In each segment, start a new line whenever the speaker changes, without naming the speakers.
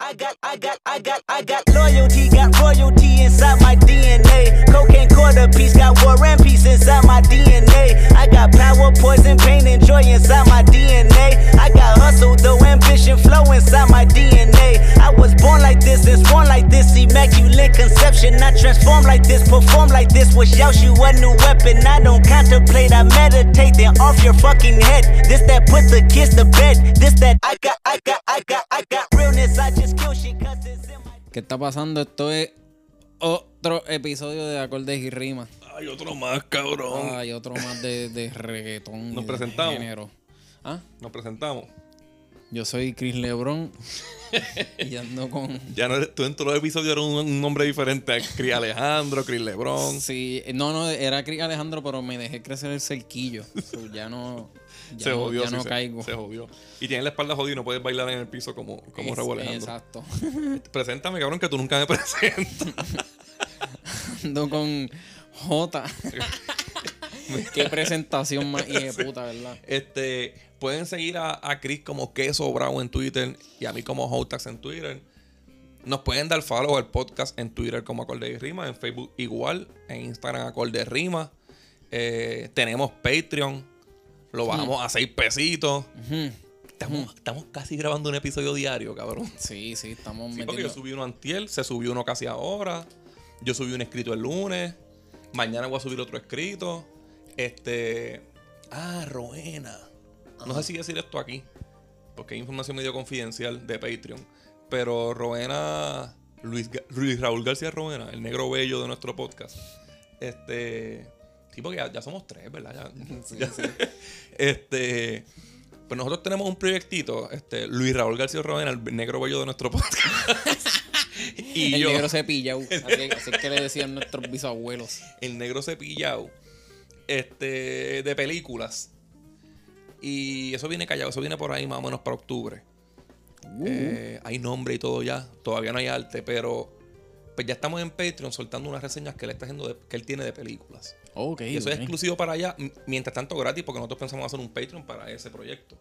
I got, I got, I got, I got loyalty, got royalty inside my DNA. Cocaine quarter piece, got war and peace inside my DNA. I got power, poison, pain, and joy inside my DNA. I got hustle, though ambition, flow inside my DNA. I was born like this, and born like this, immaculate conception. I transform like this, perform like this, which yells you a new weapon. I don't contemplate, I meditate, then off your fucking head. This that put the kids to bed. This that I got, I got, I got, I got realness. I just kill shit 'cause it's in my.
¿Qué está pasando? Esto es otro episodio de Acordes y Rimas.
Hay otro más, cabrón.
Hay otro más de, de reggaetón. y
Nos
de
presentamos.
género. ¿Ah?
Nos presentamos.
Yo soy Chris Lebron y ando con...
Ya no eres- tú en todos los episodios eres un, un nombre diferente. Cris Alejandro, Cris Lebron.
Sí, no, no, era Chris Alejandro, pero me dejé crecer el cerquillo. So, ya no, ya
se
no,
jodió.
ya
sí,
no
se-
caigo.
Se, jodió. Y tienes la espalda jodida y no puedes bailar en el piso como, como Rabo
Es-
Alejandro.
Este, Exacto.
Preséntame, cabrón, que tú nunca me presentas.
Ando con J. Qué presentación más hija de puta, ¿verdad?
Este, pueden seguir a, a Chris como Queso Bravo en Twitter y a mí como Hotax en Twitter. Nos pueden dar follow al podcast en Twitter como Acorde y Rima, en Facebook igual, en Instagram Acorde y Rima. Eh, tenemos Patreon, lo bajamos a 6 pesitos.
Ujú.
Estamos, estamos casi grabando un episodio diario, cabrón.
Sí, sí, estamos
Sí, porque yo
metiendo...
subí uno antiel, se subió uno casi ahora. Yo subí un escrito el lunes. Mañana voy a subir otro escrito. Este. Ah, Roena. No sé si decir esto aquí. Porque hay información medio confidencial de Patreon. Pero Roena. Luis, Ga- Luis Raúl García Roena, el negro bello de nuestro podcast. Este. Sí, porque ya, ya somos tres, ¿verdad? Ya-
Sí,
ya-
sí.
Este. Pues nosotros tenemos un proyectito, este, Luis Raúl García Roena, el negro bello de nuestro podcast. y
el
yo,
negro se pilla, uh, así, así que le decían nuestros bisabuelos.
el negro cepillado, este, de películas. Y eso viene callado, eso viene por ahí más o menos para octubre.
Uh-huh.
Eh, hay nombre y todo ya, todavía no hay arte, pero pues ya estamos en Patreon soltando unas reseñas que él está haciendo, de- que él tiene de películas.
Oh, Ok,
Y eso es
ok.
exclusivo para allá, m- mientras tanto gratis, porque nosotros pensamos hacer un Patreon para ese proyecto.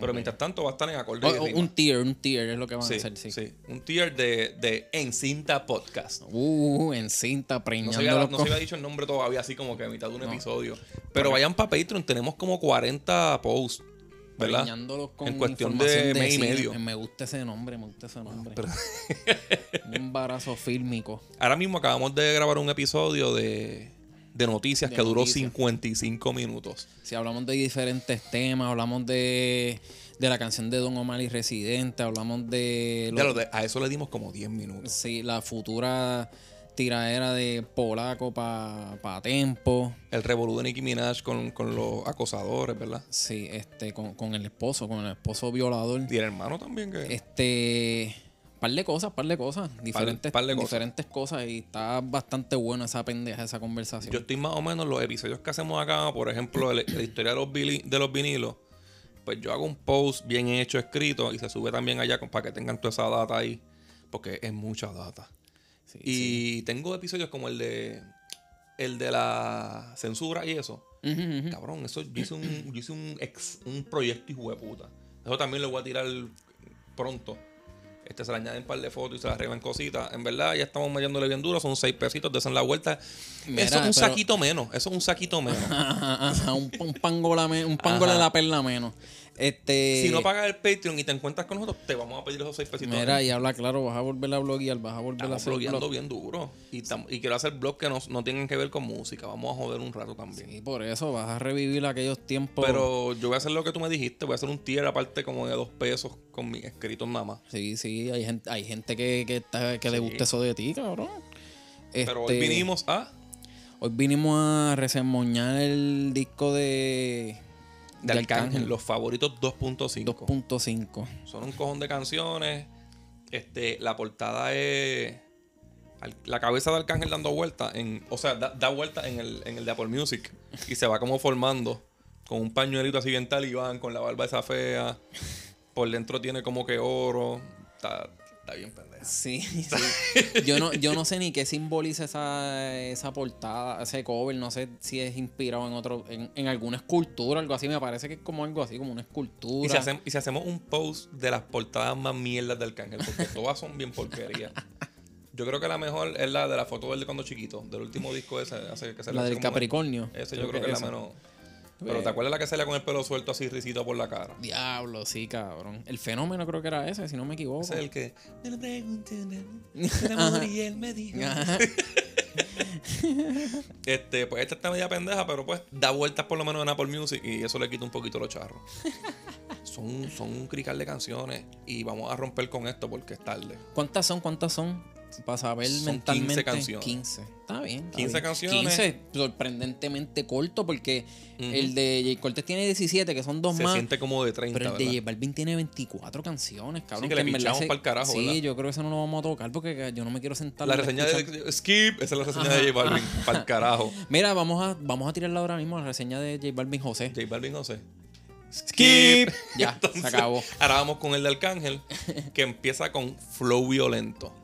Pero mientras tanto va a estar en acorde.
O-
y
o
rima.
un tier, un tier es lo que van
Sí,
a hacer, sí.
sí. Un tier de, de Encinta Podcast.
Uh, en cinta,
No
preñando
se, había,
los
no se
co-
había dicho el nombre todavía, así como que a mitad de un episodio. Pero vayan para Patreon, tenemos como 40 posts, ¿verdad?
preñándolos con
en cuestión
información
de mes y
cine.
medio. Ah,
Me gusta ese nombre, me gusta ese nombre. un embarazo fílmico.
Ahora mismo acabamos de grabar un episodio de, de noticias
De
que duró
noticias.
55 minutos.
Si hablamos de diferentes temas, hablamos de, de la canción de Don Omar y Residente, hablamos de, lo-
Ya lo de- a eso le dimos como 10 minutos.
sí, la futura tiradera de Polaco para pa Tempo.
El revolú de Nicki Minaj con, con los acosadores, ¿verdad?
Sí, este, con, con el esposo, con el esposo violador.
Y el hermano también que...
Este. Par de cosas, par de cosas. Diferentes,
par de cosas.
diferentes cosas. Y está bastante buena esa pendeja, esa conversación.
Yo estoy más o menos los episodios que hacemos acá, por ejemplo, el- la historia de los, vili- de los vinilos. Pues yo hago un post bien hecho, escrito, y se sube también allá con- para que tengan toda esa data ahí. Porque es mucha data.
Sí,
y
sí.
tengo episodios como el de el de la censura y eso.
Ujú, ujú.
Cabrón, eso yo hice un, yo hice un, ex- un proyecto hijo de puta. Eso también lo voy a tirar pronto. Este, se le añaden un par de fotos y se le arreglan cositas. En verdad, ya estamos metiéndole bien duro. Son seis pesitos, desen la vuelta.
Mira,
eso es
pero-
un saquito menos. Eso es un saquito menos.
Ajá, ajá, un, un pango la me- un pango
Ajá.
de la perla menos. Este.
si no pagas el Patreon y te encuentras con nosotros, te vamos a pedir esos seis pesitos.
Mira, y habla claro, vas a volver a bloguear, vas a volver a
Estamos
hacer
blogueando
blog.
bien duro. Y, tam- y quiero hacer blogs que no, no tienen que ver con música. Vamos a joder un rato también.
Sí, por eso vas a revivir aquellos tiempos.
Pero yo voy a hacer lo que tú me dijiste. Voy a hacer un tier aparte como de dos pesos con mis escritos nada más.
Sí, sí, hay gente, hay gente que, que, está- que le
Sí.
gusta eso de ti, cabrón.
Pero hoy
Este,
vinimos a...
Hoy vinimos a resemoñar el disco de,
de Arcángel, los favoritos 2.5.
2.5.
Son un cojón de canciones. Este, la portada es al- la cabeza de Arcángel dando vuelta en, o sea, da, da vuelta en el, en el de Apple Music y se va como formando con un pañuelito así bien talibán, con la barba esa fea. Por dentro tiene como que oro. Está, Está bien pendeja.
Sí, sí. Yo no, yo no sé ni qué simboliza esa, esa portada, ese cover. No sé si es inspirado en otro, en, en alguna escultura, algo así. Me parece que es como algo así, como una escultura.
Y si, hacem- y si hacemos un post de las portadas más mierdas del cángel, porque todas son bien porquerías. Yo creo que la mejor es la de la foto verde cuando chiquito, del último disco ese. hace que se le
la
hace
del
como una-
Capricornio.
Ese yo creo que es
esa.
la menos. Pero ¿te acuerdas la que salía con el pelo suelto así risito por la cara?
Diablo, sí, cabrón. El fenómeno creo que era ese, si no me equivoco.
Ese es el que. Me lo pregunté una vez, el amor y él me dijo.
Ajá.
Este, pues esta está media pendeja, pero pues da vueltas por lo menos en Apple Music y eso le quita un poquito los charros. son, son un crical de canciones y vamos a romper con esto porque es tarde.
¿Cuántas son? ¿Cuántas son? Para saber
Son
mentalmente.
15 canciones.
15. Está bien. está
15
bien.
canciones.
15 sorprendentemente corto porque
Ujú.
el de J. Cortez tiene 17, que son dos
Se
más.
siente como de 30.
Pero el de
¿verdad?
J Balvin tiene 24 canciones, cabrón.
Sí, que le
en verdad
pichamos
se-
pa'l carajo,
Sí,
¿verdad?
yo creo que eso no lo vamos a tocar porque yo no me quiero sentar.
La
en
reseña
escucha-
de Skip, esa es la reseña de J Balvin. Para el carajo.
Mira, vamos a, vamos a tirarla ahora mismo, la reseña de J Balvin José.
J Balvin no sé.
Skip. Ya, se acabó.
Ahora vamos con el de Arcángel, que empieza con flow violento.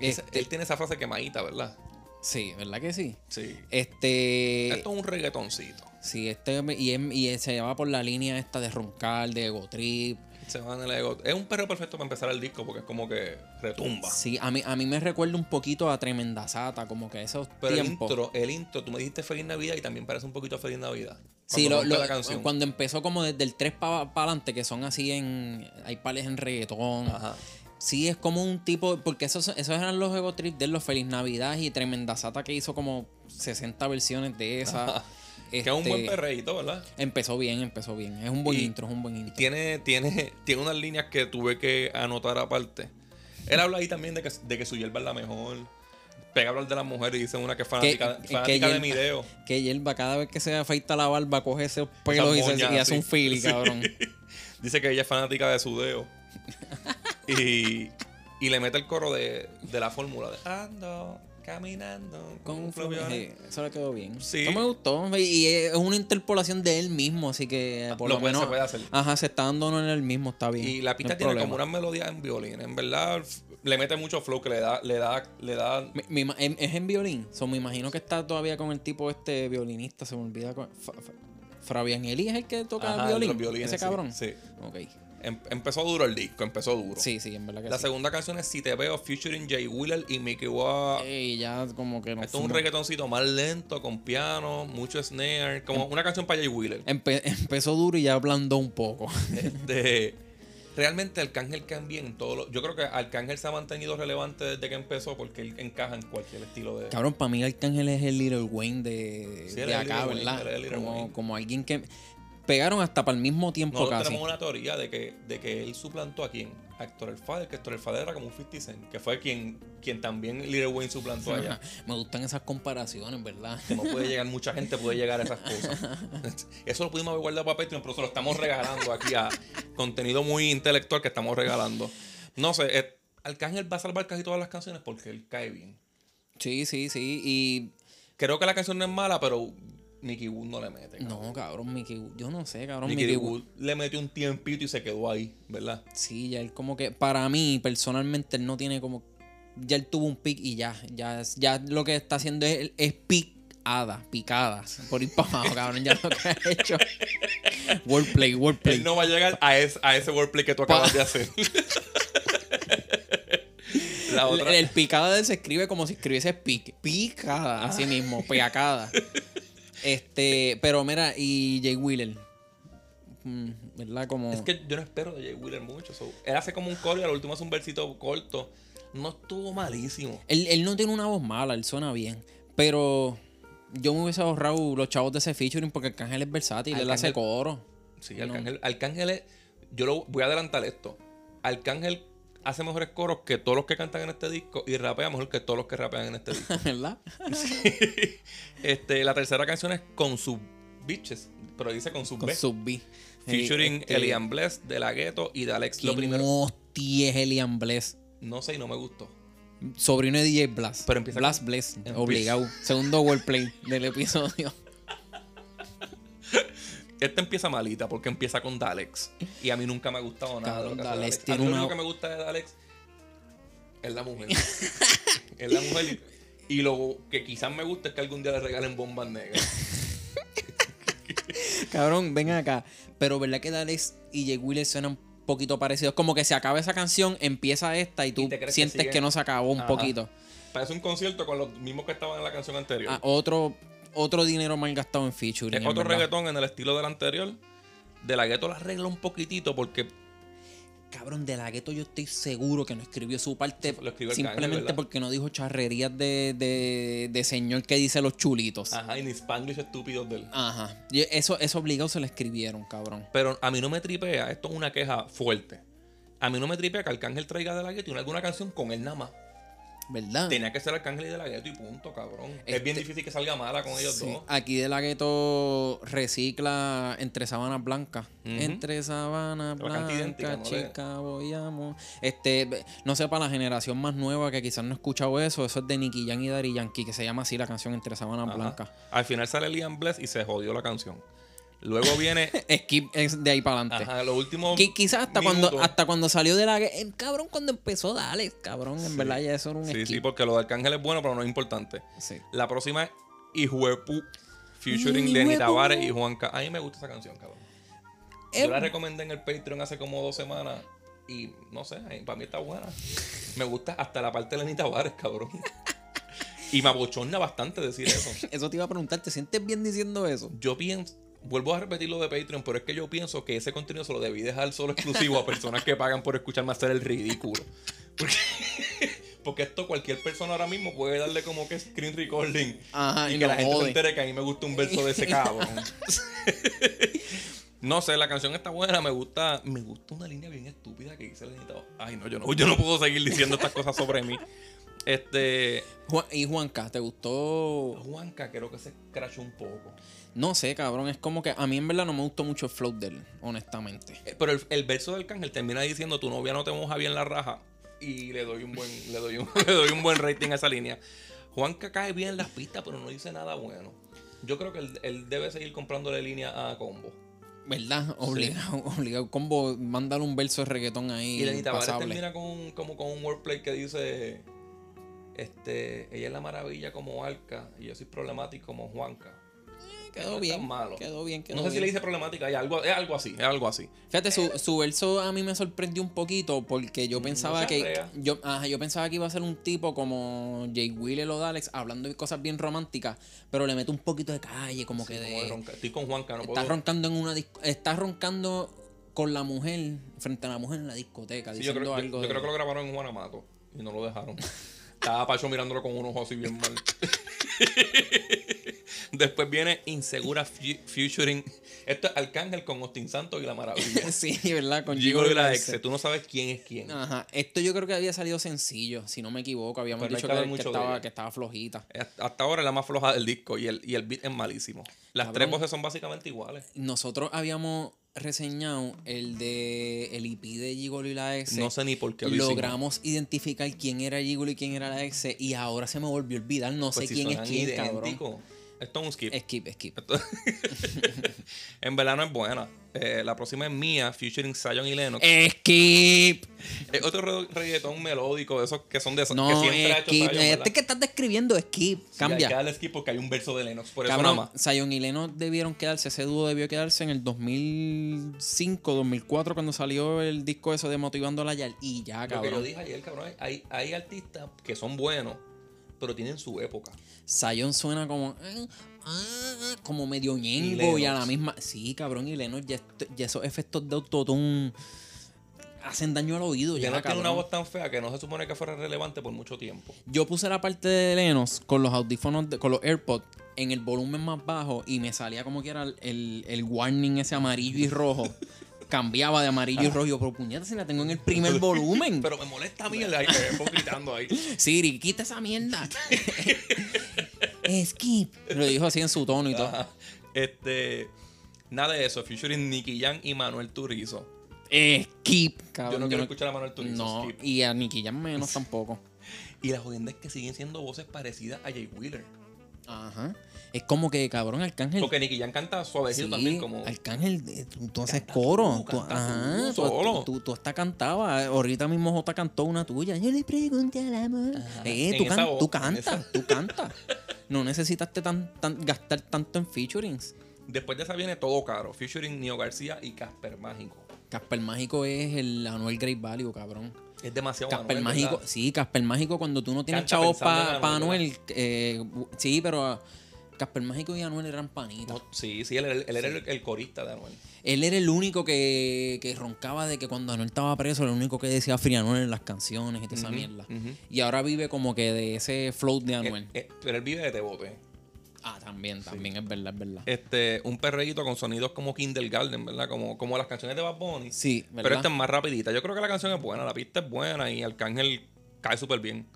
Ese-
Este-
él tiene esa frase quemadita, ¿verdad?
sí, ¿verdad que sí?
Sí.
Este.
Esto es un reggaetoncito.
Sí, este. Y, es- y se va por la línea esta de Roncar, de Ego Trip.
Se va en el ego. Es un perro perfecto para empezar el disco porque es como que retumba.
Sí, a mí, a mí me recuerda un poquito a Tremenda Sata, como que esos
Pero el
tiempos.
intro, el intro, tú me dijiste Feliz Navidad y también parece un poquito a Feliz Navidad.
Sí,
Cuando
lo-
rompe
lo-
la canción.
cuando empezó como desde el 3 para adelante, que son así en. Hay pales en reggaetón.
Ajá.
Sí, es como un tipo. Porque esos, esos eran los ego trips de los Feliz Navidad y Tremenda Sata que hizo como 60 versiones de esa.
Que es un buen
Este,
perreíto, ¿verdad?
Empezó bien, empezó bien. Es un buen
Y-
intro, es un buen intro.
Tiene, tiene, tiene unas líneas que tuve que anotar aparte. Él habla ahí también de que, de que su hierba es la mejor. Pega a hablar de las mujeres y dice una que es fanática,
Que- que
fanática de
hierba-
mi dedo.
Que hierba, cada vez que se afeita la barba, coge esos pelos y, se-
moñas
y
así.
hace un fili,
Sí.
cabrón.
Dice que ella es fanática de su dedo. y, y le mete el coro de, de la fórmula de ando, caminando.
Con un flow,
flow
sí, eso le quedó bien.
Sí.
Eso me gustó. Y- Y es una interpolación de él mismo, así que eh, por
Ah, Lo
lo,
puede- se
menos.
puede hacer.
Ajá, se está dando uno en el mismo, está bien.
Y la pista
no hay
tiene
problema.
como unas melodías en violín. En verdad, f- le mete mucho flow que le da, le da, le da.
Me- me ima- em- es en violín. So, me imagino que está todavía con el tipo este violinista, se me olvida. con- Fa- Fa- Fabián Eli es el que toca
Ajá,
violín.
los violines,
Ese
sí,
cabrón.
sí.
Ok.
Em- empezó duro el disco, empezó duro.
Sí, sí, en verdad que
La
sí.
segunda canción es Si Te Veo, featuring Jay Wheeler y Mickey Wa.
Ey, ya como que no.
Esto es un
fumo.
reggaetoncito más lento, con piano, mucho snare, como
Em,
una canción para Jay Wheeler.
Empe- empezó duro y ya ablandó un poco.
Este, realmente Arcángel cambia en todo lo- Yo creo que Arcángel se ha mantenido relevante desde que empezó porque él encaja en cualquier estilo de...
Cabrón, para mí Arcángel es el Little Wayne de,
Sí,
de
era el
acá,
Little Wayne, era el
¿verdad?
Little Wayne.
Como, como alguien que pegaron hasta para el mismo tiempo
Nosotros
casi.
tenemos una teoría de que, de que él suplantó a quién? A Héctor El Fader, que Héctor El Fader era como un 50 Cent, que fue quien, quien también Little Wayne suplantó allá.
Me gustan esas comparaciones, ¿verdad?
Que no puede llegar mucha gente, puede llegar a esas cosas. Eso lo pudimos haber guardado para Patreon, pero se lo estamos regalando aquí a contenido muy intelectual que estamos regalando. No sé, eh, Arcángel va a salvar casi todas las canciones porque él cae bien.
Sí, sí, sí. Y
Creo que la canción no es mala, pero Nicky Wood no le mete. cabrón.
no, cabrón, Mickey Wood- Yo no sé, cabrón,
Nicky,
Mickey Wood.
Wood le metió un tiempito y se quedó ahí, ¿verdad?
Sí, ya él como que, para mí, personalmente, él no tiene como, ya él tuvo un pick y ya, ya, es- ya lo que está haciendo es, es picada, picadas, por ir para abajo, cabrón, ya lo que ha hecho. Wordplay, wordplay.
Él no va a llegar a, es- a ese wordplay que tú acabas
Pa-
de hacer. la
El,
otra.
el picada de él se escribe como si escribiese pic, picada,
Ah.
así mismo, picada. Este, pero mira, y Jay Wheeler. Mm, ¿Verdad? Como.
Es que yo no espero de Jay Wheeler mucho. so, Él hace como un coro y al último hace un versito corto. No estuvo malísimo.
él, él no tiene una voz mala, él suena bien. Pero yo me hubiese ahorrado los chavos de ese featuring porque Arcángel es versátil, él
Arcángel-
hace coro.
Sí,
No.
Arcángel, Arcángel es. Yo lo voy a adelantar esto. Arcángel hace mejores coros que todos los que cantan en este disco y rapea mejor que todos los que rapean en este disco.
¿Verdad?
Este, la tercera canción es con sus bitches, pero dice con sus
Con
B.
Subbi.
featuring
Este,
Elian Bless de La Ghetto y de Alex. Lo
¿quién
primero,
hostia es Elian Bless.
no sé y no me gustó.
Sobrino de DJ Blas.
Pero empieza
Blas Bless,
empieza-
obligado. Segundo wordplay del episodio.
Esta empieza malita porque empieza con Dalex. Y a mí nunca me ha gustado nada. de
Cabrón,
lo que hace
Dalex
Dalex.
tiene
A mí lo
una-
único que me gusta de Dalex Es la mujer. es la mujer. Y, y lo que quizás me gusta es que algún día le regalen bombas negras.
Cabrón, ven acá. Pero verdad que Dalex y Jay Wheeler suenan un poquito parecidos. Como que se acaba esa canción, empieza esta y tú
¿Y te crees que
sientes que,
siguen?
no se acabó un
Ajá.
poquito.
Parece un concierto con los mismos que estaban en la canción anterior.
Ah, otro, otro dinero mal gastado en featuring.
es
en
otro
verdad.
reggaetón en el estilo del anterior. De la gueto la arregla un poquitito porque
Cabrón, de la gueto yo estoy seguro que no escribió su parte
Lo escribió el Kanye,
simplemente
¿verdad?
porque no dijo charrerías de, de- de señor que dice los chulitos.
Ajá, Ah. y ni Spanglish estúpidos de él.
Ajá. Y eso, eso obligado se lo escribieron, cabrón.
Pero a mí no me tripea, esto es una queja fuerte. A mí no me tripea que Arcángel traiga de la gueto y una- alguna canción con él nada más.
¿Verdad?
Tenía que ser Arcángel y de la gueto y punto, cabrón.
Ah. Este-
Es bien difícil que salga mala con ellos
Sí, ah,
dos.
Aquí de la gueto recicla entre sábanas blancas.
Ujú.
Entre sábanas
La canta idéntica,
blancas,
no le-
chica, voy amo. Este, be- no sé, para la generación más nueva que quizás no ha escuchado eso, eso es de Nicky Jam y Dari Yankee, que se llama así la canción Entre sábanas
Ajá.
blancas.
Al final sale Liam Bless y se jodió la canción. Luego viene.
Skip es de ahí para adelante.
ajá, lo último.
Este. Qui- Quizás hasta cuando
minuto.
hasta cuando salió de la gueto. cabrón, cuando empezó Dale, cabrón, en verdad ya eso era un
Sí,
skip.
sí, porque lo de Arcángel es bueno, pero no es importante.
Sí.
La próxima es Hijuepu, featuring
Hijuepu.
Lenny Tavares y Juanca. A mí me gusta esa canción, cabrón. Yo
Es-
la recomendé en el Patreon hace como dos semanas y no sé, ay, para mí está buena. Me gusta hasta la parte de Lenny Tavares, cabrón. Y me abochorna bastante decir eso.
Eso te iba a preguntar, ¿te sientes bien diciendo eso?
Yo pienso, vuelvo a repetir lo de Patreon, pero es que yo pienso que ese contenido se lo debí dejar solo exclusivo a personas que pagan por escucharme hacer el ridículo. Porque, porque esto cualquier persona ahora mismo puede darle como que screen recording.
Ajá,
y
y
que la
lo
gente se
jode.
entere que a mí me gusta un verso de ese cabrón. No sé, la canción está buena, me gusta, me gusta una línea bien estúpida que dice el editador. Ay, no, yo no, yo no puedo seguir diciendo estas cosas sobre mí. Este,
Juan- y Juanca, ¿te gustó?
Juanca creo que se crashó un poco.
No sé, cabrón, es como que a mí en verdad no me gustó mucho el flow de él, honestamente.
Eh, Pero el, el verso del cángel termina diciendo tu novia no te moja bien la raja. Y le doy un buen, le doy un, le doy un buen rating a esa línea. Juanca cae bien en las pistas, pero no dice nada bueno. Yo creo que él, él debe seguir comprándole línea a combo.
¿Verdad? Obligado, obligado. Combo, mándale un verso de reggaetón ahí.
Y Lenny Tavares
pasable.
termina con un, como con un wordplay que dice este, ella es la maravilla como Arca y yo soy problemático como Juanca. No
Eh, Quedó
es
bien,
tan malo.
quedó bien, quedó
no sé si
bien.
le dice "Eh". problemática, es algo, es algo así, es algo así.
Fíjate, su, su verso a mí me sorprendió un poquito porque yo pensaba
Mm, se
que
arrea.
yo, ajá, yo pensaba que iba a ser un tipo como Jay Wheeler o Dalex hablando de cosas bien románticas, pero le meto un poquito de calle, como que
Como de
de,
ronca. Estoy con Juanca, no
Estás
puedo.
roncando en una disco- estás roncando con la mujer frente a la mujer en la discoteca
Sí, yo,
diciendo
creo, yo-
algo.
yo
de-
creo que lo grabaron en Juanamato y no lo dejaron. Estaba Pacho mirándolo con un ojo así bien mal. Después viene Insegura Fu- Futuring. Esto es Arcángel con Austin Santos y la maravilla.
sí, ¿verdad? Con
Gigolo y la
Ex.
ex. Tú no sabes quién es quién.
Ajá. Esto yo creo que había salido sencillo, si no me equivoco. Habíamos
Pero hay
dicho
que
que,
hablar
que
mucho de
estaba,
ella.
que estaba flojita.
Hasta hasta ahora es la más floja del disco y el, y el beat es malísimo. Las
Cabrón.
tres voces son básicamente iguales.
Nosotros habíamos reseñado el de el IP de Gigolo y la ex.
No sé ni por qué lo hicimos.
Logramos identificar quién era Gigolo y quién era la ex. Y ahora se me volvió a olvidar. No
Pues
sé
si
quién es
suenan
quién, cabrón.
idéntico. Esto es un skip.
Skip, skip.
Esto- en verdad no es buena. Eh, la próxima es Mía, featuring Zion y Lennox.
Skip.
Es Eh, otro re- reggaetón melódico de esos que son de esos
No,
que siempre ha hecho
skip.
Zion, ¿verdad?
este que estás describiendo, skip.
Sí,
Cambia.
Hay que darle skip porque hay un verso de Lennox. Por eso nada
Cabrón,
más.
Zion y Lennox debieron quedarse, ese dúo debió quedarse en el 2005, 2004, cuando salió el disco eso de Motivando a la Yal. Y ya,
Lo que yo
cabrón.
dije ayer, cabrón, hay, hay artistas que son buenos, pero tienen su época.
Zion suena como. ah, ah, como medio ñengo
Lennox.
y a la misma. Sí, cabrón, y Lennox ya, est- ya esos efectos de autotune hacen daño al oído. Ya,
Lennox tiene una
ah, cabrón.
voz tan fea que no se supone que fuera relevante por mucho tiempo.
Yo puse la parte de Lennox con los audífonos, de- con los AirPods en el volumen más bajo y me salía como que era el, el- el warning ese amarillo y rojo. Cambiaba de amarillo y rojo. Yo, pero puñeta, si la tengo en el primer volumen.
Ah. Pero me molesta a mí el aire, me gritando ahí.
Siri, quita esa mierda. Skip. Lo dijo así en su tono y todo.
Ajá. Este. Nada de eso. Featuring Nicky Jam y Manuel Turizo.
Skip,
Yo
cabrón.
no quiero escuchar a Manuel Turizo.
No,
skip.
y a Nicky Jam menos tampoco.
Y la jodienda es que siguen siendo voces parecidas a Jay Wheeler.
Ajá. Es como que, cabrón, Arcángel.
Porque Nicky Jam canta suavecito
Sí,
también, como.
Arcángel, eh, tú, tú haces
Canta
coro.
tú,
tú,
canta
ajá,
tú
tú,
solo.
tú- tú hasta cantabas. eh, Ahorita mismo J cantó una tuya. Yo le pregunté al amor. Eh,
en
tú,
esa
can-
voz,
tú
en
cantas,
esa.
tú cantas. No necesitaste tan, tan- gastar tanto en featurings.
Después de esa viene todo caro. Featuring Nio García y Casper Mágico.
Casper Mágico es el Anuel Great Value, cabrón.
Es demasiado
Casper
Manuel,
Mágico,
¿verdad?
sí, Casper Mágico cuando tú no tienes
Canta
chavos
pensando en
para
Anuel,
Anuel. eh, bu- sí, pero ah, Casper Mágico y Anuel eran panitas.
No, sí, sí, él, era el- él era el, el corista de Anuel.
Él era el único que, que roncaba de que cuando Anuel estaba preso, era el único que decía Frianuel en las canciones y toda esa mierda.
ujú.
Y ahora vive como que de ese float de Anuel.
Eh, eh, pero él vive de Tebote.
ah, también, también, es verdad, es verdad.
Este, un perreíto con sonidos como Kindergarten, ¿verdad? Como, como las canciones de Bad Bunny.
sí, ¿verdad?
Pero esta es más rapidita. Yo creo que la canción es buena, la pista es buena y Arcángel cae súper bien.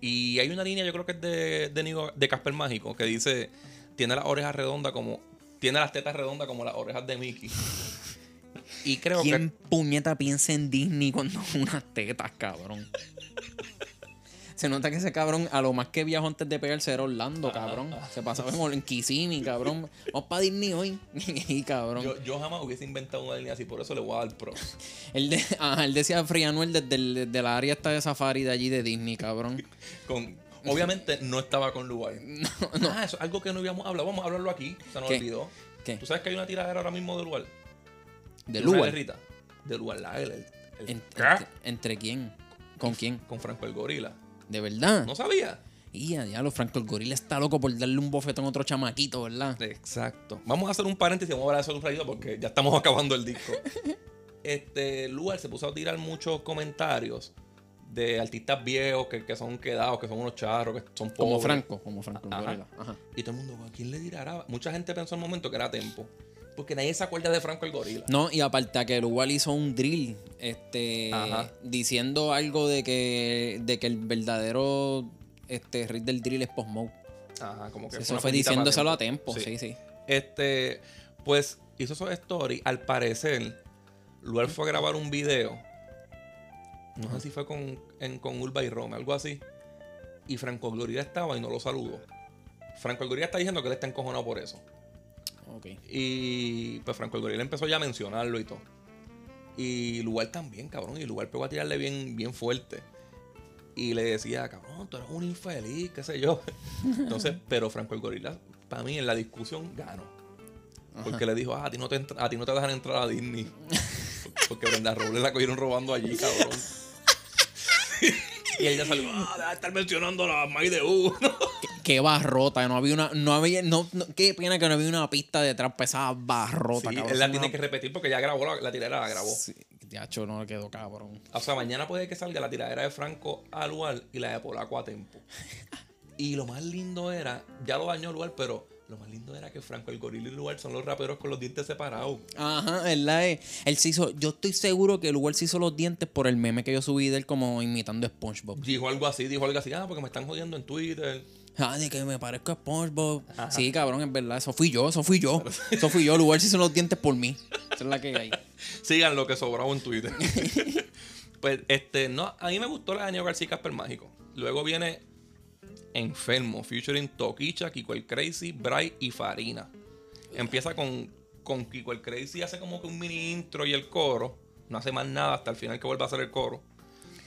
Y hay una línea, yo creo que es de, de, Nigo- de Casper Mágico, que dice, tiene las orejas redondas como... Tiene las tetas redondas como las orejas de Mickey. y creo
¿Quién
que...
puñeta piensa en Disney cuando unas tetas, cabrón? Se nota que ese cabrón, a lo más que viajó antes de pegarse era Orlando,
Ah,
cabrón. Se pasaba en, Or- en Kissimmee, cabrón. Vamos para Disney hoy. y cabrón.
Yo, yo jamás hubiese inventado una línea así, por eso le voy a dar pro.
Él, de- ajá, él decía Frianuel desde, el- desde la área esta de safari de allí de Disney, cabrón.
Con, obviamente no estaba con lugar. Ah, eso es algo que no habíamos hablado. Vamos a hablarlo aquí. Se nos
¿Qué?
olvidó.
¿Qué?
¿Tú sabes que hay una tiradera ahora mismo de lugar?
De
Una
Lugar.
guerrita. De lugar. La L, el- el-
En-
¿Qué?
entre, entre quién? ¿Con quién?
Con Franco el Gorila.
¿De verdad?
No sabía.
Y a diablo, Franco, el gorila está loco por darle un bofetón a otro chamaquito, ¿verdad?
Exacto. Vamos a hacer un paréntesis, vamos a hablar de eso un ratito porque ya estamos acabando el disco. Este lugar se puso a tirar muchos comentarios de artistas viejos que, que son quedados, que son unos charros, que son pobres.
Como Franco, como Franco el
Ajá.
gorila. Ajá.
Y todo el mundo, ¿a quién le tirará? Mucha gente pensó en un momento que era Tempo. Porque nadie se acuerda de Franco el Gorila.
No, y aparte a que el Ugal hizo un drill este,
Ajá.
diciendo algo de que, de que el verdadero este, riff del drill es post
Ajá, como que
Eso
una
fue
puñita para
diciéndoselo a
Tempo.
tiempo, sí, sí.
Este, pues hizo esos stories. Al parecer, luego fue a grabar un video. No sé si fue con, en- con Urba y Rome, algo así. Y Franco el Gorila estaba y no lo saludó. Franco el Gorila está diciendo que él está encojonado por eso.
Ok.
Y pues Franco el Gorila empezó ya a mencionarlo y todo. Y Lugar también, cabrón. Y Lugar pegó a tirarle bien, bien fuerte. Y le decía, cabrón, tú eres un infeliz, qué sé yo. Entonces, pero Franco el Gorila, para mí, en la discusión ganó. Porque le dijo, ah, a ti no te, entra- a ti no te dejan entrar a Disney. Porque Brenda Robles la cogieron robando allí, cabrón. y ella salió, ah, deja de estar mencionando la May de uno.
Qué, qué barrota, no había una, no había, no, no- qué pena que no había una pista detrás para esa barrota,
Sí,
cabrón.
él la
Una-
tiene que repetir porque ya grabó, la, la tirera la grabó.
Sí, Diacho, no le quedó cabrón.
O sea, mañana puede que salga la tiradera de Franco a Luar y la de Polaco a Tempo. Y lo más lindo era, ya lo dañó Luar, pero lo más lindo era que Franco, el gorila y Luar son los raperos con los dientes separados.
Ajá, ¿verdad? Eh, Él se hizo, yo estoy seguro que el Ugal se hizo los dientes por el meme que yo subí de él como imitando a SpongeBob.
Dijo algo así, dijo algo así, ah, porque me están jodiendo en Twitter.
Ah, de que me parezco a SpongeBob. Sí, cabrón, es verdad. Eso fui yo, eso fui yo. Eso fui yo. Lugar se hizo los dientes por mí. Esa es la que hay.
Sigan lo que sobraba en Twitter. pues, este, no, a mí me gustó la de Neo García y Casper Mágico. Luego viene Enfermo, featuring Toquicha, Kiko el Crazy, Bray y Farina. Empieza con, con Kiko el Crazy, hace como que un mini intro y el coro. No hace más nada hasta el final que vuelve a hacer el coro.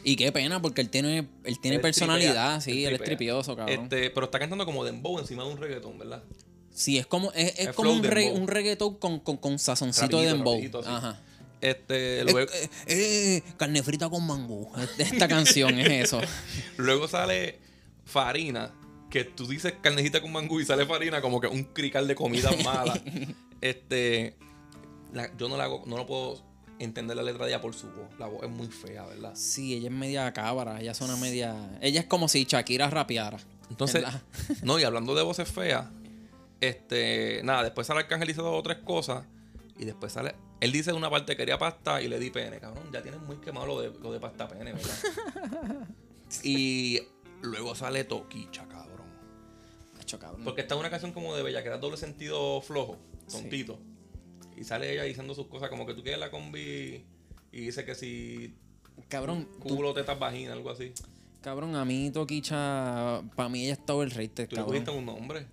Y qué pena, porque él tiene, él tiene
Él
personalidad,
tripea,
sí, él, es
tripea.
tripioso, cabrón.
Este, pero está cantando como dembow encima de un reggaetón, ¿verdad?
sí, es como, es, es
es
como
flow
un, re-
dembow.
un reggaetón con, con, con sazoncito de
Rapidito,
dembow.
rapidito, así.
Ajá.
Este, luego,
Eh, eh, eh, carne frita con mangú. Este, Esta canción es eso.
luego sale Farina, que tú dices carnecita con mangú y sale Farina como que un crical de comida mala. este, la- yo no la hago, no lo puedo entender la letra de ella por su voz. La voz es muy fea, ¿verdad?
Sí, ella es media cábara, ella suena media. Ella es como si Shakira rapeara.
Entonces,
¿verdad?
no, y hablando de voces feas, este, nada, después sale Arcángel y dice dos o tres cosas, y después sale, él dice una parte quería pasta y le di pene, cabrón, ya tienes muy quemado lo de, lo de pasta pene, ¿verdad? y luego sale Toquicha, cabrón.
Hacho, cabrón.
Porque está una canción como de Bella, que era doble sentido flojo, tontito. Y sale ella diciendo sus cosas como que tú quieres la combi y dice que si
Cabrón, tú-
culo, tetas, vagina, algo así.
Cabrón, a mí Toquicha, para mí ella es todo el rey,
Tú le
cabrón.
pusiste un nombre.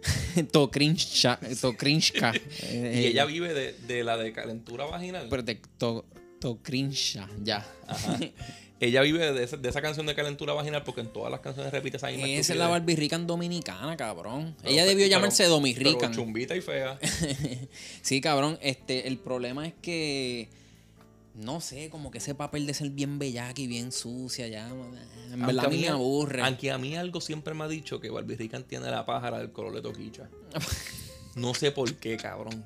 Tokrinchka. Tokrinchka. Eh,
Y
eh,
ella vive de, de la de calentura vaginal.
pero te- to- Tokrinchka, ya.
Ella vive de, ese- de esa canción de calentura vaginal porque en todas las canciones repite esa misma
Esa es
estupidez.
la Barbie Rican dominicana, cabrón.
Pero-
ella debió
pero-
llamarse Domi
pero
Rican.
Chumbita y fea.
sí, cabrón, este, el problema es que no sé, como que ese papel de ser bien bellaca y bien sucia ya, en verdad a mí me aburre.
Aunque a mí algo siempre me ha dicho que Barbie Rican tiene la pájara del color de toquicha. No sé por qué, cabrón.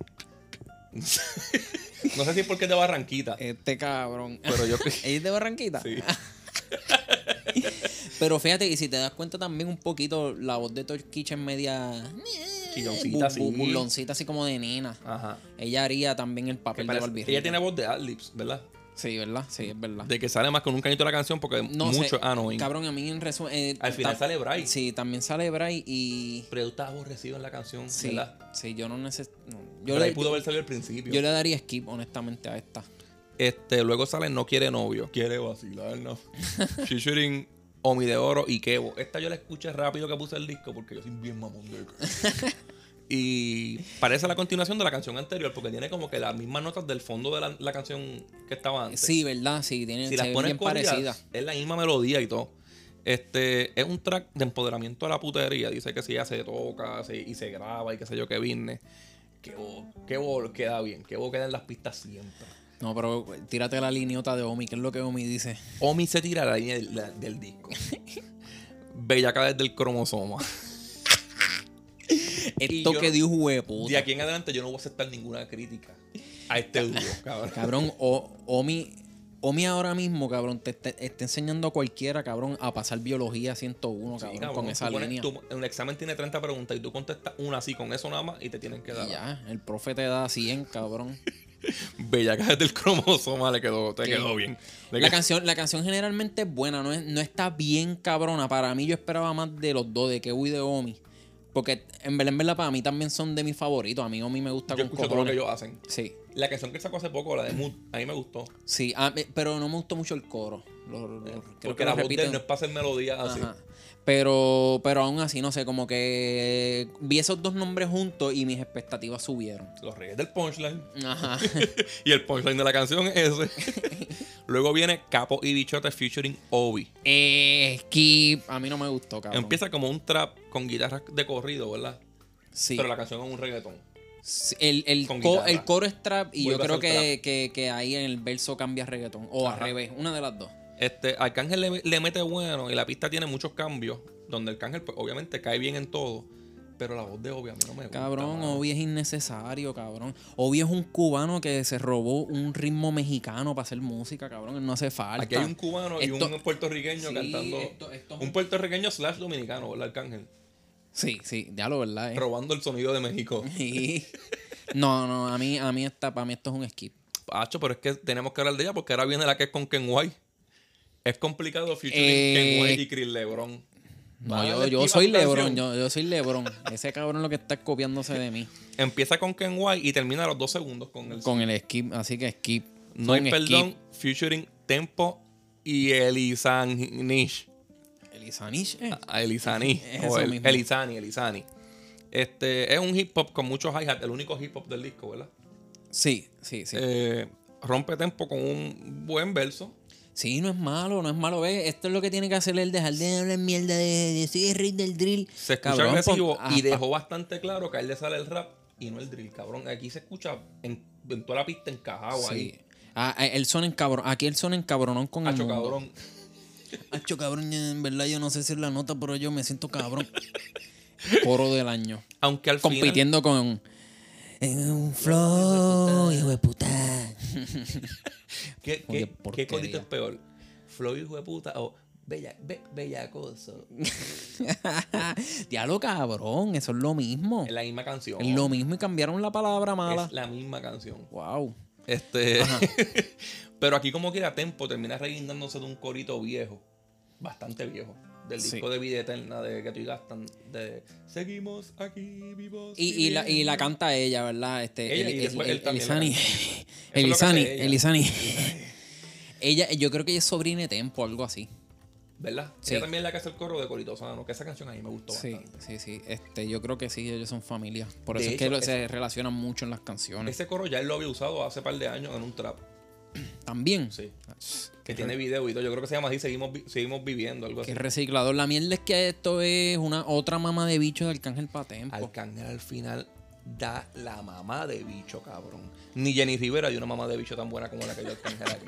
no sé si es porque es de Barranquita.
Este cabrón.
Pero yo
¿Ella es de Barranquita?
sí.
Pero fíjate, y si te das cuenta también un poquito, la voz de Torquicha es media...
Chilloncita, sí.
Burloncita, así como de nena.
Ajá.
Ella haría también el
Que
papel de
parece-
Barbie
ella
Rican.
tiene voz de Adlibs, ¿verdad?
Sí, ¿verdad? Sí, es verdad.
De que sale más con un cañito de la canción porque
Ah. No
mucho ah,
sé,
annoying.
Cabrón, a mí en resumen... eh,
Al final
ta-
sale Bray.
Sí, también sale Bray y...
Pero tú estás aborrecido en la canción,
Sí,
¿verdad?
sí, yo no necesito...
Yo
Yo,
Bray
le-
pudo haber salido al principio.
yo le daría skip, honestamente, a esta.
Este, luego sale No quiere novio. Quiere vacilar, no. Featuring Omi de Oro y Kevo. Esta yo la escuché rápido que puse el disco porque yo soy bien mamón de Y parece la continuación de la canción anterior porque tiene como que las mismas notas del fondo de la, la canción que estaba antes.
Sí, ¿verdad? Sí, tiene, se
si las
ven
pones
bien parecida.
corridas, es la misma melodía y todo. Este es un track de empoderamiento a la putería. Dice que si ella se toca se- y se graba y qué sé yo qué viernes. Kevo, Kevo queda bien. Kevo queda en las pistas siempre.
No, pero tírate la lineota de Omi, que es lo que Omi dice.
Omi se tira la línea del, la- del disco. Bellaca desde el cromosoma.
Esto
yo-
que dio
De
hueputa.
aquí en adelante yo no voy a aceptar ninguna crítica a este dúo, cabrón.
Cabrón, o- Omi, Omi ahora mismo, cabrón, te te- está, enseñando a cualquiera, cabrón, a pasar biología 101,
Sí,
cabrón,
cabrón,
con
tú
esa
pones-
línea.
tú- un examen tiene 30 preguntas y tú contestas una así con eso nada más y te tienen que dar.
Y ya, el profe te da 100, cabrón.
Bellaca desde el cromosoma le quedó, te
Sí.
quedó bien. Le
La
quedó-
canción, la canción generalmente es buena, no, es- no está bien cabrona. Para mí yo esperaba más de los dos, de Kewu y de Omi. Porque en verdad, en verdad, para mí también son de mis favoritos. A mí Omi me gusta
yo
con
escucho todo lo que
cojones.
ellos hacen.
Sí,
La canción que sacó hace poco, la de Mood, a mí me gustó.
sí. Ah, me- pero no me gustó mucho el coro. Lo- lo- creo
Eh, porque
que
la
lo
voz de
repiten.
él no es para hacer melodías así.
Ajá. Pero, pero aún así, no sé, como que eh, vi esos dos nombres juntos y mis expectativas subieron.
Los reyes del punchline.
Ajá.
y el punchline de la canción es ese. Luego viene Capo y Bichote featuring Obi.
Eh, skip. A mí no me gustó, cabrón.
Empieza como un trap con guitarras de corrido, ¿verdad?
Sí.
Pero la canción es un reggaetón.
Sí, El, el
con
co-
guitarra.
el coro es trap y
Vuelve
yo
a
creo
ser
que, que- que ahí en el verso cambia reggaetón. O al
Ajá.
revés, una de las dos.
Este, Arcángel le, le mete bueno y la pista tiene muchos cambios. Donde Arcángel, pues, obviamente, cae bien en todo. Pero la voz de Obi a mí no me gusta.
Cabrón,
mano.
Obi es innecesario, cabrón. Obi es un cubano que se robó un ritmo mexicano para hacer música, cabrón. No hace falta.
Aquí hay un cubano y
Esto-
un puertorriqueño
Sí,
cantando.
esto- esto es
un
un-
puertorriqueño slash dominicano, ¿verdad, Arcángel?
Sí, sí, ya lo verdad, eh.
Robando el sonido de México.
Sí. No, no, a mí, a mí está, para mí esto es un skip.
Pacho, pero es que tenemos que hablar de ella porque ahora viene la que es con Ken White. Es complicado featuring
Eh,
Ken White y Chris Lebron.
No,
Vale,
yo,
esquiva
yo soy
tu
Lebron,
canción.
yo, yo soy Lebron. Ese cabrón lo que está es copiándose de mí
Empieza con Ken White y termina a los dos segundos con el
con el skip, así que skip.
No hay
Son
perdón featuring Tempo y Elisanish.
skip. Elisanish, eh.
A Elisani.
Es
Ah, o
eso
el-
mismo.
Elisani, Elisani. Este, es un hip hop con muchos hi-hat, el único hip hop del disco, ¿verdad?
Sí, sí, sí.
Eh, rompe tempo con un buen verso.
Sí, no es malo, no es malo. ¿ves? Esto es lo que tiene que hacer el dejar de hablar mierda de, de soy el rey del drill.
Se escucha
Cabrón,
agresivo
pon-
y
ah,
dejó bastante claro que a él le sale el rap y no el drill, cabrón. Aquí se escucha en, en toda la pista encajado
Sí. Mm.
ahí.
Ah, ah, él suena en cabrón. Aquí él suena en cabronón con el
Hacho,
mundo.
cabrón.
Hacho, cabrón, en verdad yo no sé si es la nota, pero yo me siento cabrón. Coro del año.
Aunque al final.
compitiendo con en un flow, hijo de puta.
¿Qué,
Oye,
qué, qué
porquería.
corito es peor? Flow hijo de puta o bella, be- bellacoso.
Diablo cabrón, eso es lo mismo.
Es la misma canción.
Es lo mismo y cambiaron la palabra mala.
Es la misma canción.
Wow.
Este. pero aquí, como quiera, Tempo termina reguindándose de un corito viejo. Bastante viejo. Del
Sí.
disco de Vida Eterna de que tú y gastan. De Seguimos aquí vivos.
Y, y la, y la
viviendo".
canta ella, ¿verdad? Este,
Ella y después él también la
Elisani.
canta. es lo que
Elisani,
hace ella.
Elisani. Ella, yo creo que ella es sobrina de Tempo, algo así.
¿verdad?
Sí.
Ella también es la que hace el coro de Corito Sano, que esa canción a mí me gustó
Sí,
bastante.
sí, sí. Este, yo creo que sí, ellos son familia. Por
De
eso es que
hecho,
lo-
ese-
se relacionan mucho en las canciones.
Ese coro ya él lo había usado hace par de años en un trap.
También.
Sí. Que
Qué
tiene
re-
video y todo. Yo creo que se llama así, seguimos, vi- seguimos viviendo, algo así.
Qué reciclador. La mierda es que esto es una otra mama de bicho de Arcángel Patempo.
Arcángel al final da la mamá de bicho, cabrón. Ni Jenny Rivera dio una mamá de bicho tan buena como la que dio Arcángel aquí.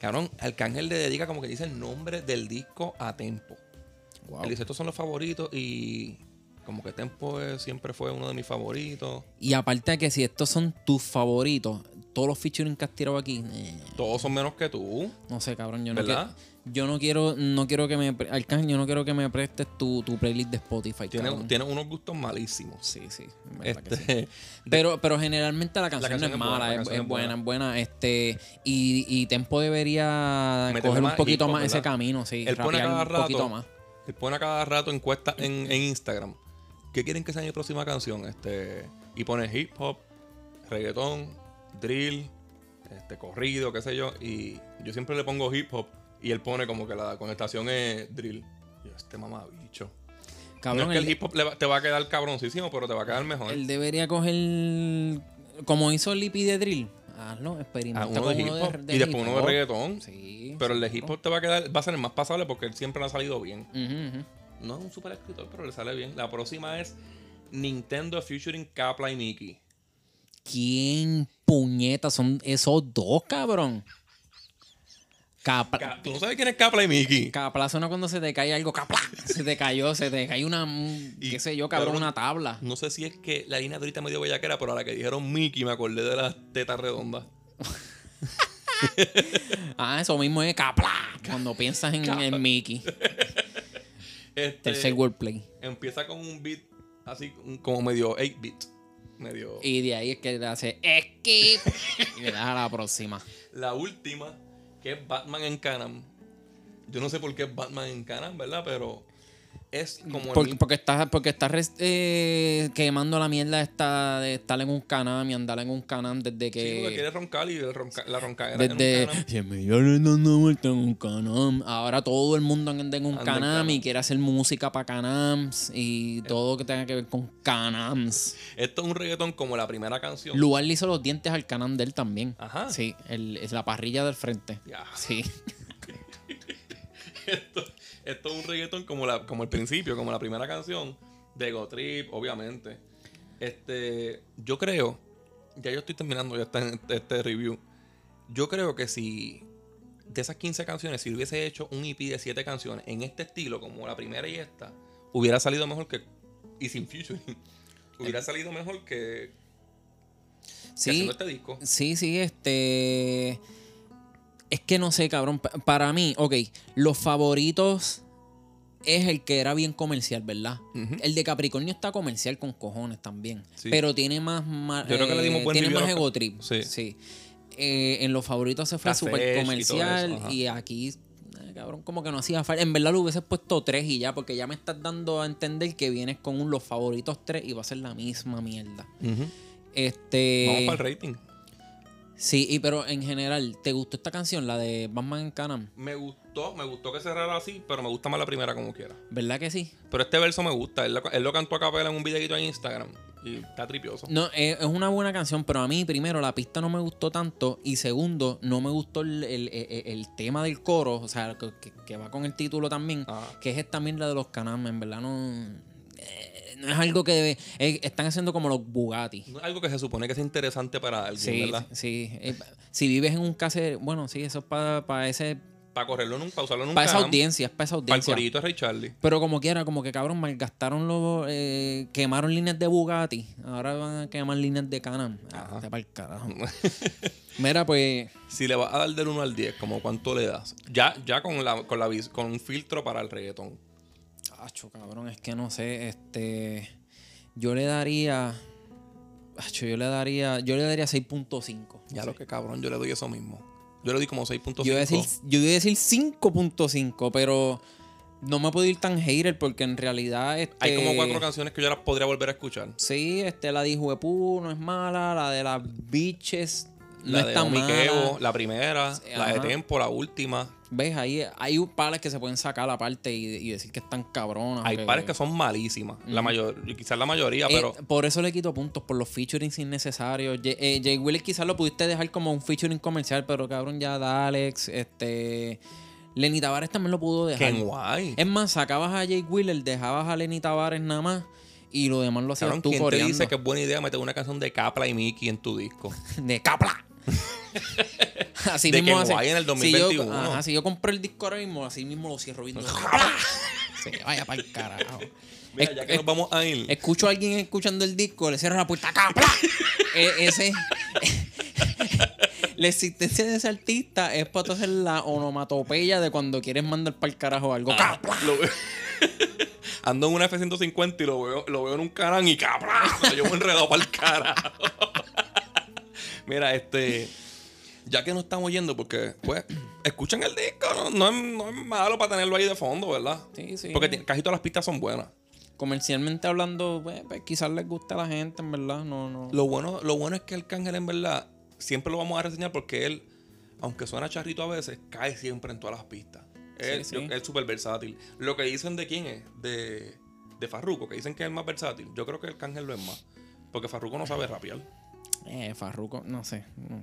Cabrón, Arcángel le dedica como que dice el nombre del disco a Tempo.
Wow.
Él dice, estos son los favoritos y como que Tempo eh, siempre fue uno de mis favoritos.
Y aparte de que si estos son tus favoritos, todos los featuring que has tirado aquí, eh,
Todos son menos que tú.
no sé, cabrón, yo no
¿Verdad?
quiero. Yo no quiero, no quiero que me pre- Arcángel, yo no quiero que me prestes tu, tu playlist de Spotify.
Tiene,
cabrón.
tiene unos gustos malísimos.
Sí, sí, en verdad que sí.
Este,
Pero, pero generalmente la canción,
canción
no es
es buena, la
mala, es,
canción
es
es
buena,
buena.
es buena. Este, y, y Tempo debería
Meterle
coger
más
un poquito
hip hop,
más ese
¿verdad?
camino, sí.
él pone a
rapear
cada
un poquito
rato.
más.
Él pone a cada rato encuestas en, en Instagram. ¿Qué quieren que sea mi próxima canción? Este. Y pone hip hop, reggaetón, drill, este, corrido, qué sé yo. Y yo siempre le pongo hip hop. Y él pone como que la conectación es drill. Y yo, este mamabicho.
Cabrón,
no es que el,
él-
hip hop le va- te va a quedar cabroncísimo, pero te va a quedar mejor.
Él debería coger. Como hizo Lippy de Drill. Hazlo, experimenta
Ah, uno
con
de hip
uno de,
hop
de
y después uno de
hip hop.
reggaetón.
Sí.
Pero el de hip
seguro.
hop te va a quedar, va a ser el más pasable porque él siempre le ha salido bien.
Ujú, ujú.
No es un super escritor, pero le sale bien. La próxima es Nintendo featuring Kapla y Mickey.
¿Quién puñeta son esos dos, cabrón? Capla.
Ca- ¿Tú no sabes quién es Kapla y Mickey?
Capla suena cuando se te cae algo. Capla. Se te cayó, se te cayó una. un-
Y,
qué sé yo, cabrón,
cabrón,
una tabla.
No sé si es que la línea de ahorita me dio bellaquera, pero a la que dijeron Mickey me acordé de las tetas redondas.
Ah, eso mismo es Capla. Cuando piensas en,
Capla.
en Mickey.
Este,
Tercer wordplay.
empieza con un beat así un- como medio 8 beat. Medio.
Y de ahí es que le hace skip. y le das a la próxima.
La última, que es Batman en Canam. Yo no sé por qué es Batman en Canam, ¿verdad? Pero es como el
Por-
mismo-
porque estás porque estás res- eh, quemando la mierda esta de estar en un canam y andar en un canam desde
Sí, porque
que
quiere roncar y el ronca- la roncadera en un
desde
Can-Am.
"Si me lloran dando vueltas en un canam ahora todo el mundo anda en un
Anda en
canam y
Can-Am. Eh.
quiere hacer música para canams y todo que tenga que ver con canams
Esto es un reggaetón como la primera canción.
Lugar le hizo los dientes al canam de él también
Ajá.
sí el- es la parrilla del frente
Ya.
sí
esto, esto es un reggaetón como, la, como el principio, como la primera canción de Go Trip, obviamente. Este, yo creo, ya yo estoy terminando ya está en este, este review. Yo creo que si de esas 15 canciones, si hubiese hecho un EP de 7 canciones en este estilo, como la primera y esta, hubiera salido mejor que. Y sin featuring. Hubiera
Eh,
salido mejor que, que
sí
haciendo este disco.
Sí, sí, este. Es que no sé, cabrón. Pa- Para mí, ok, los favoritos es el que era bien comercial, ¿verdad?
Ujú.
El de Capricornio está comercial con cojones también.
Sí.
Pero tiene más. ma-
Yo creo que le dimos
eh,
buen
Tiene
review a
más
los-
ego trip.
Sí.
Sí. Eh, en los favoritos se fue
Café
súper
y todo eso,
comercial
ajá.
y, aquí. eh, Cabrón, como que no hacía falta. En verdad, lo hubieses puesto tres y ya, porque ya me estás dando a entender que vienes con un los favoritos tres y va a ser la misma mierda.
Ujú.
Este.
Vamos para el rating.
Sí, y pero en general, ¿te gustó esta canción, la de Batman en Canam?
Me gustó, me gustó que cerrara así, pero me gusta más la primera como quiera.
¿Verdad que sí?
Pero este verso me gusta. Él lo, él lo cantó a capela en un videito en Instagram. Y está tripioso.
No, eh, es, es una buena canción, pero a mí, primero, la pista no me gustó tanto. Y segundo, no me gustó el, el- el- el tema del coro, o sea, que, que- que va con el título también,
Ajá.
que es esta mierda de los Canam. En verdad, no. eh, no es algo que. eh, están haciendo como los Bugatti.
No es Algo que se supone que es interesante para alguien,
Sí,
¿verdad?
sí. eh, si vives en un casero. Bueno, sí, eso es para ese.
Para correrlo nunca, usarlo nunca.
Para esa audiencia, es para esa
Para el
audiencia.
corillito de Ray Charlie.
Pero como quiera, como que cabrón, malgastaron los. eh, quemaron líneas de Bugatti. Ahora van a quemar líneas de Canam. Ah, para el carajo. Mira, pues.
Si le vas a dar del 1 al 10, como cuánto le das? Ya, ya con la, con la vis- con un filtro para el reggaetón.
Acho, cabrón, es que no sé. Este. Yo le daría. Acho, yo le daría. Yo le daría 6.5.
Ya lo que cabrón, yo le doy eso mismo. Yo le doy como 6.5.
Yo iba a decir, yo iba a decir 5.5, pero. No me puedo ir tan hater porque en realidad. Este,
Hay como cuatro canciones que yo las podría volver a escuchar.
Sí, este, la de Hijo de Pu no es mala. La de las bitches.
La
no
de
está
Omi
mala.
Kevo, la primera, la de
ajá.
Tempo, la última.
¿Ves? Ahí hay pares que se pueden sacar aparte y, y decir que están cabronas.
Hay pares que son malísimas. La mayor, quizás la mayoría,
Eh,
pero.
por eso le quito puntos, por los featurings innecesarios. Ye- eh, Jay Willis quizás lo pudiste dejar como un featuring comercial, pero cabrón, ya da Alex, este... Lenny Tavares también lo pudo dejar.
Ken guay.
Eh, Es más, sacabas a Jay Wheeler, dejabas a Lenny Tavares nada más y lo demás lo hacías
Cabrón,
tú
¿quién te
coreando.
dice que es buena idea meter una canción de Capla y Mickey en tu disco?
De capla. así
De
mismo
Ken
hace-
White en el
Si yo,
2021.
ajá, si yo compré el disco ahora mismo, así mismo lo cierro viendo. ¡Capla! Se vaya para el carajo.
Mira,
Es-
ya que
es-
nos vamos a ir.
Escucho a alguien escuchando el disco, le cierro la puerta, ¡capla! E- ese. La existencia de ese artista es para tú hacer la onomatopeya de cuando quieres mandar para el carajo algo.
Ah,
¡Capla!
lo veo- Ando en una F-150 y lo veo, lo veo en un carán y cabrón. Lo llevo enredado para el cara. Mira, este. Ya que no estamos yendo, porque, pues, escuchen el disco. No, no es, no es malo para tenerlo ahí de fondo, ¿verdad?
Sí, sí.
Porque ti- casi todas las pistas son buenas.
Comercialmente hablando, pues, pues, quizás les guste a la gente, en verdad. No, no.
Lo bueno, lo bueno es que Arcángel, en verdad, siempre lo vamos a reseñar porque él, aunque suena charrito a veces, cae siempre en todas las pistas. Él-
Sí, sí.
yo- Es súper versátil. Lo que dicen de quién es, de, de Farruko, que dicen que es el más versátil. Yo creo que Arcángel lo es más. Porque Farruko no sabe rapear.
Eh, Farruko, no sé. No.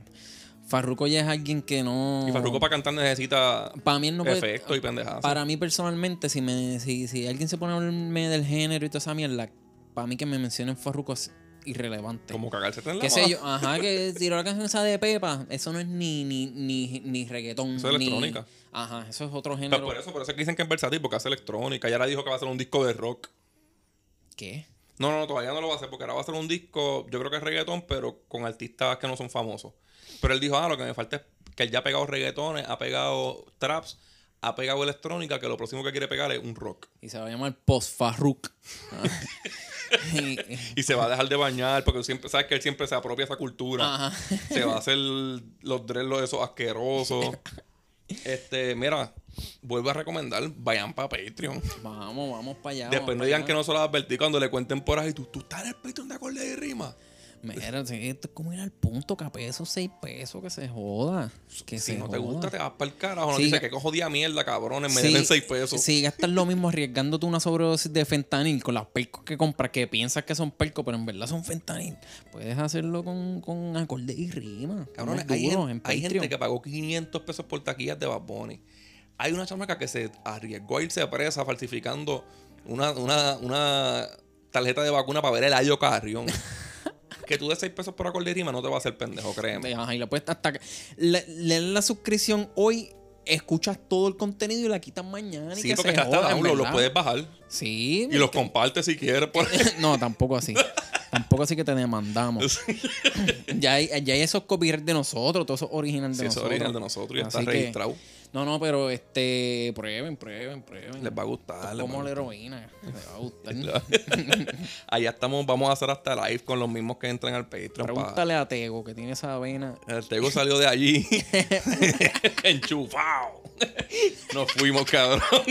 Farruko ya es alguien que no.
Y Farruko para cantar necesita
Para mí él no puede.
efectos y pendejadas.
Para mí personalmente, si, me, si, si alguien se pone a hablarme del género y toda esa mierda, para mí que me mencionen Farruko es irrelevante.
Como cagarse en la
¿Qué
mano.
sé yo? Ajá, que tiró la canción esa de Pepa. Eso no es ni, ni, ni, ni reggaetón.
Eso es
ni-
electrónica.
Ajá, eso es otro
Pero
género.
Pues por eso, por eso es que dicen que es versátil, porque hace electrónica. Ya ahora dijo que va a hacer un disco de rock.
¿Qué?
No, no, todavía no lo va a hacer porque ahora va a hacer un disco, yo creo que es reggaetón, pero con artistas que no son famosos. Pero él dijo, ah, lo que me falta es que él ya ha pegado reggaetones, ha pegado traps, ha pegado electrónica, que lo próximo que quiere pegar es un rock.
Y se va a llamar Post Farruk. Ah. Y-
Y se va a dejar de bañar porque siempre, sabes que él siempre se apropia esa cultura.
ajá.
Se va a hacer los dreadlocks esos asquerosos. Este, mira, vuelvo a recomendar, vayan para Patreon.
Vamos, vamos para allá.
Después
vamos
no
pa'
digan
allá.
que no se los advertí cuando le cuenten por ahí, tú, tú estás en el Patreon de acorde y rima.
Mira, sí, esto es como ir al punto, capé, esos seis pesos que se joda. Que
Si
se
no te
joda.
gusta, te vas para el carajo. No
Sí,
dice
ga-
que cojo día mierda, cabrones. Me
Sí,
deben 6 pesos.
Si gastas lo mismo arriesgándote una sobredosis de fentanil con las percos que compras, que piensas que son percos, pero en verdad son fentanil, puedes hacerlo con, con acorde y rima.
Cabrones,
Estamos
hay, gen-
duros en
hay
Patreon.
gente que pagó 500 pesos por taquillas de Bad Bunny. Hay una chamaca que se arriesgó a irse a presa falsificando una, una, una tarjeta de vacuna para ver el Ayo Carrión. que tú de 6 pesos por acorde y rima no te va a hacer pendejo, créeme.
Ajá, y la puedes hasta que- le, le das la suscripción hoy, escuchas todo el contenido y la quitas mañana. y
Sí,
que
porque
se
está hasta
joda, en
download, lo
verdad.
puedes bajar.
Sí,
Y los compartes si quieres. por-
no, tampoco así. Tampoco así que te demandamos. ya, hay, ya hay esos copyrights de nosotros, todos esos originales de
Si eso es
nosotros.
original de nosotros y está
Así que-
registrado,
No, no, pero este, prueben, prueben, prueben.
les va a gustar. les va a
Como la heroína. Les va a gustar.
Allá estamos, vamos a hacer hasta live con los mismos que entran al Patreon. pa.
Pregúntale a Tego que tiene esa vena.
El Tego salió de allí enchufado. Nos fuimos, cabrón.